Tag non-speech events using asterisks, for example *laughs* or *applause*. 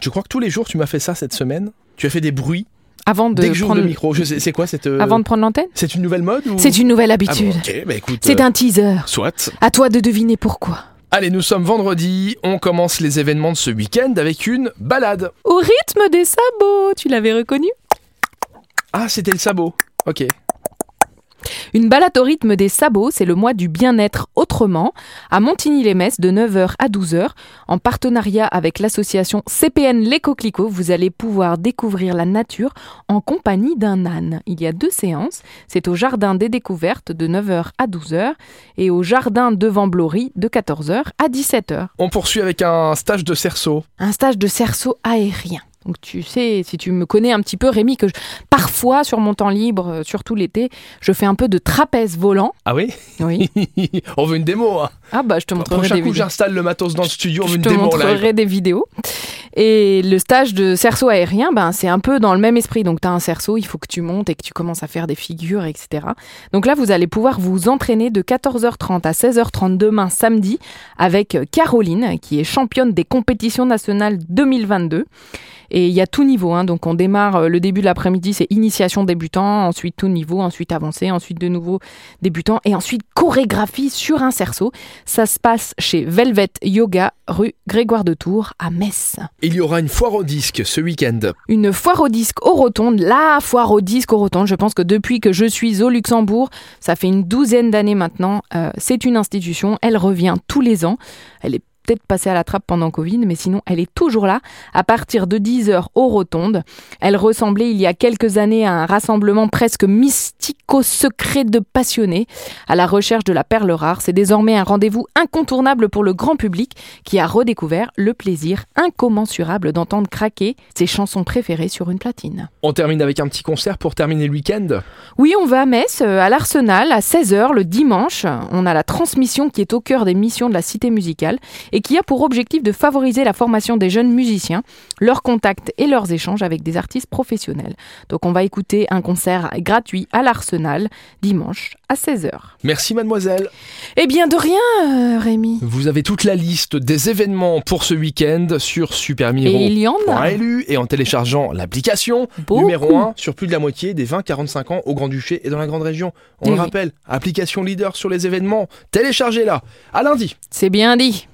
Je crois que tous les jours, tu m'as fait ça cette semaine. Tu as fait des bruits Avant de dès que j'ouvre prendre, le micro. Je sais, c'est quoi cette. euh, avant de prendre l'antenne C'est une nouvelle mode ou... C'est une nouvelle Ah habitude. bon, ok, bah écoute. C'est euh, un teaser. Soit. À toi de deviner pourquoi. Allez, nous sommes vendredi. On commence les événements de ce week-end avec une balade. Au rythme des sabots, tu l'avais reconnu Ah, c'était le sabot. Ok. Une balade au rythme des sabots, c'est le mois du bien-être autrement, à Montigny-les-Messes de 9h à 12h. En partenariat avec l'association CPN Les Coquelicots, vous allez pouvoir découvrir la nature en compagnie d'un âne. Il y a deux séances, c'est au Jardin des Découvertes de 9h à 12h et au Jardin devant Blory de 14h à 17h. On poursuit avec un stage de cerceau. un stage de cerceau aérien. Donc tu sais, si tu me connais un petit peu, Rémi, que je- parfois sur mon temps libre, euh, surtout l'été, je fais un peu de trapèze volant. Ah oui *laughs* Oui. On veut une démo. Hein. Ah bah je te montrerai Prochain des coup, vidéos. j'installe le matos dans le studio. On veut Je une te démo en live. montrerai des vidéos. Et le stage de cerceau aérien, ben, c'est un peu dans le même esprit. Donc tu as un cerceau, il faut que tu montes et que tu commences à faire des figures, etc. Donc là, vous allez pouvoir vous entraîner de 14h30 à 16h30 demain samedi avec Caroline, qui est championne des compétitions nationales 2022. Et il y a tout niveau, hein. donc on démarre euh, le début de l'après-midi, c'est initiation débutant, ensuite tout niveau, ensuite avancé, ensuite de nouveau débutant, et ensuite chorégraphie sur un cerceau. Ça se passe chez Velvet Yoga, rue Grégoire de Tours, à Metz. Il y aura une foire au disque ce week-end. Une foire au disque au rotonde, la foire au disque au rotonde, je pense que depuis que je suis au Luxembourg, ça fait une douzaine d'années maintenant, euh, c'est une institution, elle revient tous les ans, elle est peut-être passée à la trappe pendant Covid, mais sinon elle est toujours là, à partir de 10h au rotonde. Elle ressemblait il y a quelques années à un rassemblement presque mystico-secret de passionnés, à la recherche de la perle rare, c'est désormais un rendez-vous incontournable pour le grand public qui a redécouvert le plaisir incommensurable d'entendre craquer ses chansons préférées sur une platine. On termine avec un petit concert pour terminer le week-end. Oui, on va à Metz, euh, à l'Arsenal, à 16h le dimanche. On a la transmission qui est au cœur des missions de la Cité musicale et qui a pour objectif de favoriser la formation des jeunes musiciens, leurs contacts et leurs échanges avec des artistes professionnels. Donc on va écouter un concert gratuit à l'Arsenal dimanche à 16h. Merci mademoiselle. Eh bien de rien, euh, Rémi. Vous avez toute la liste des événements pour ce week-end sur Et il supermiro.lu y en a et en téléchargeant l'application beaucoup. numéro 1 sur plus de la moitié des 20-45 ans au Grand-Duché et dans la Grande Région. On Eh le oui. rappelle, application leader sur les événements. Téléchargez-la. À lundi. C'est bien dit.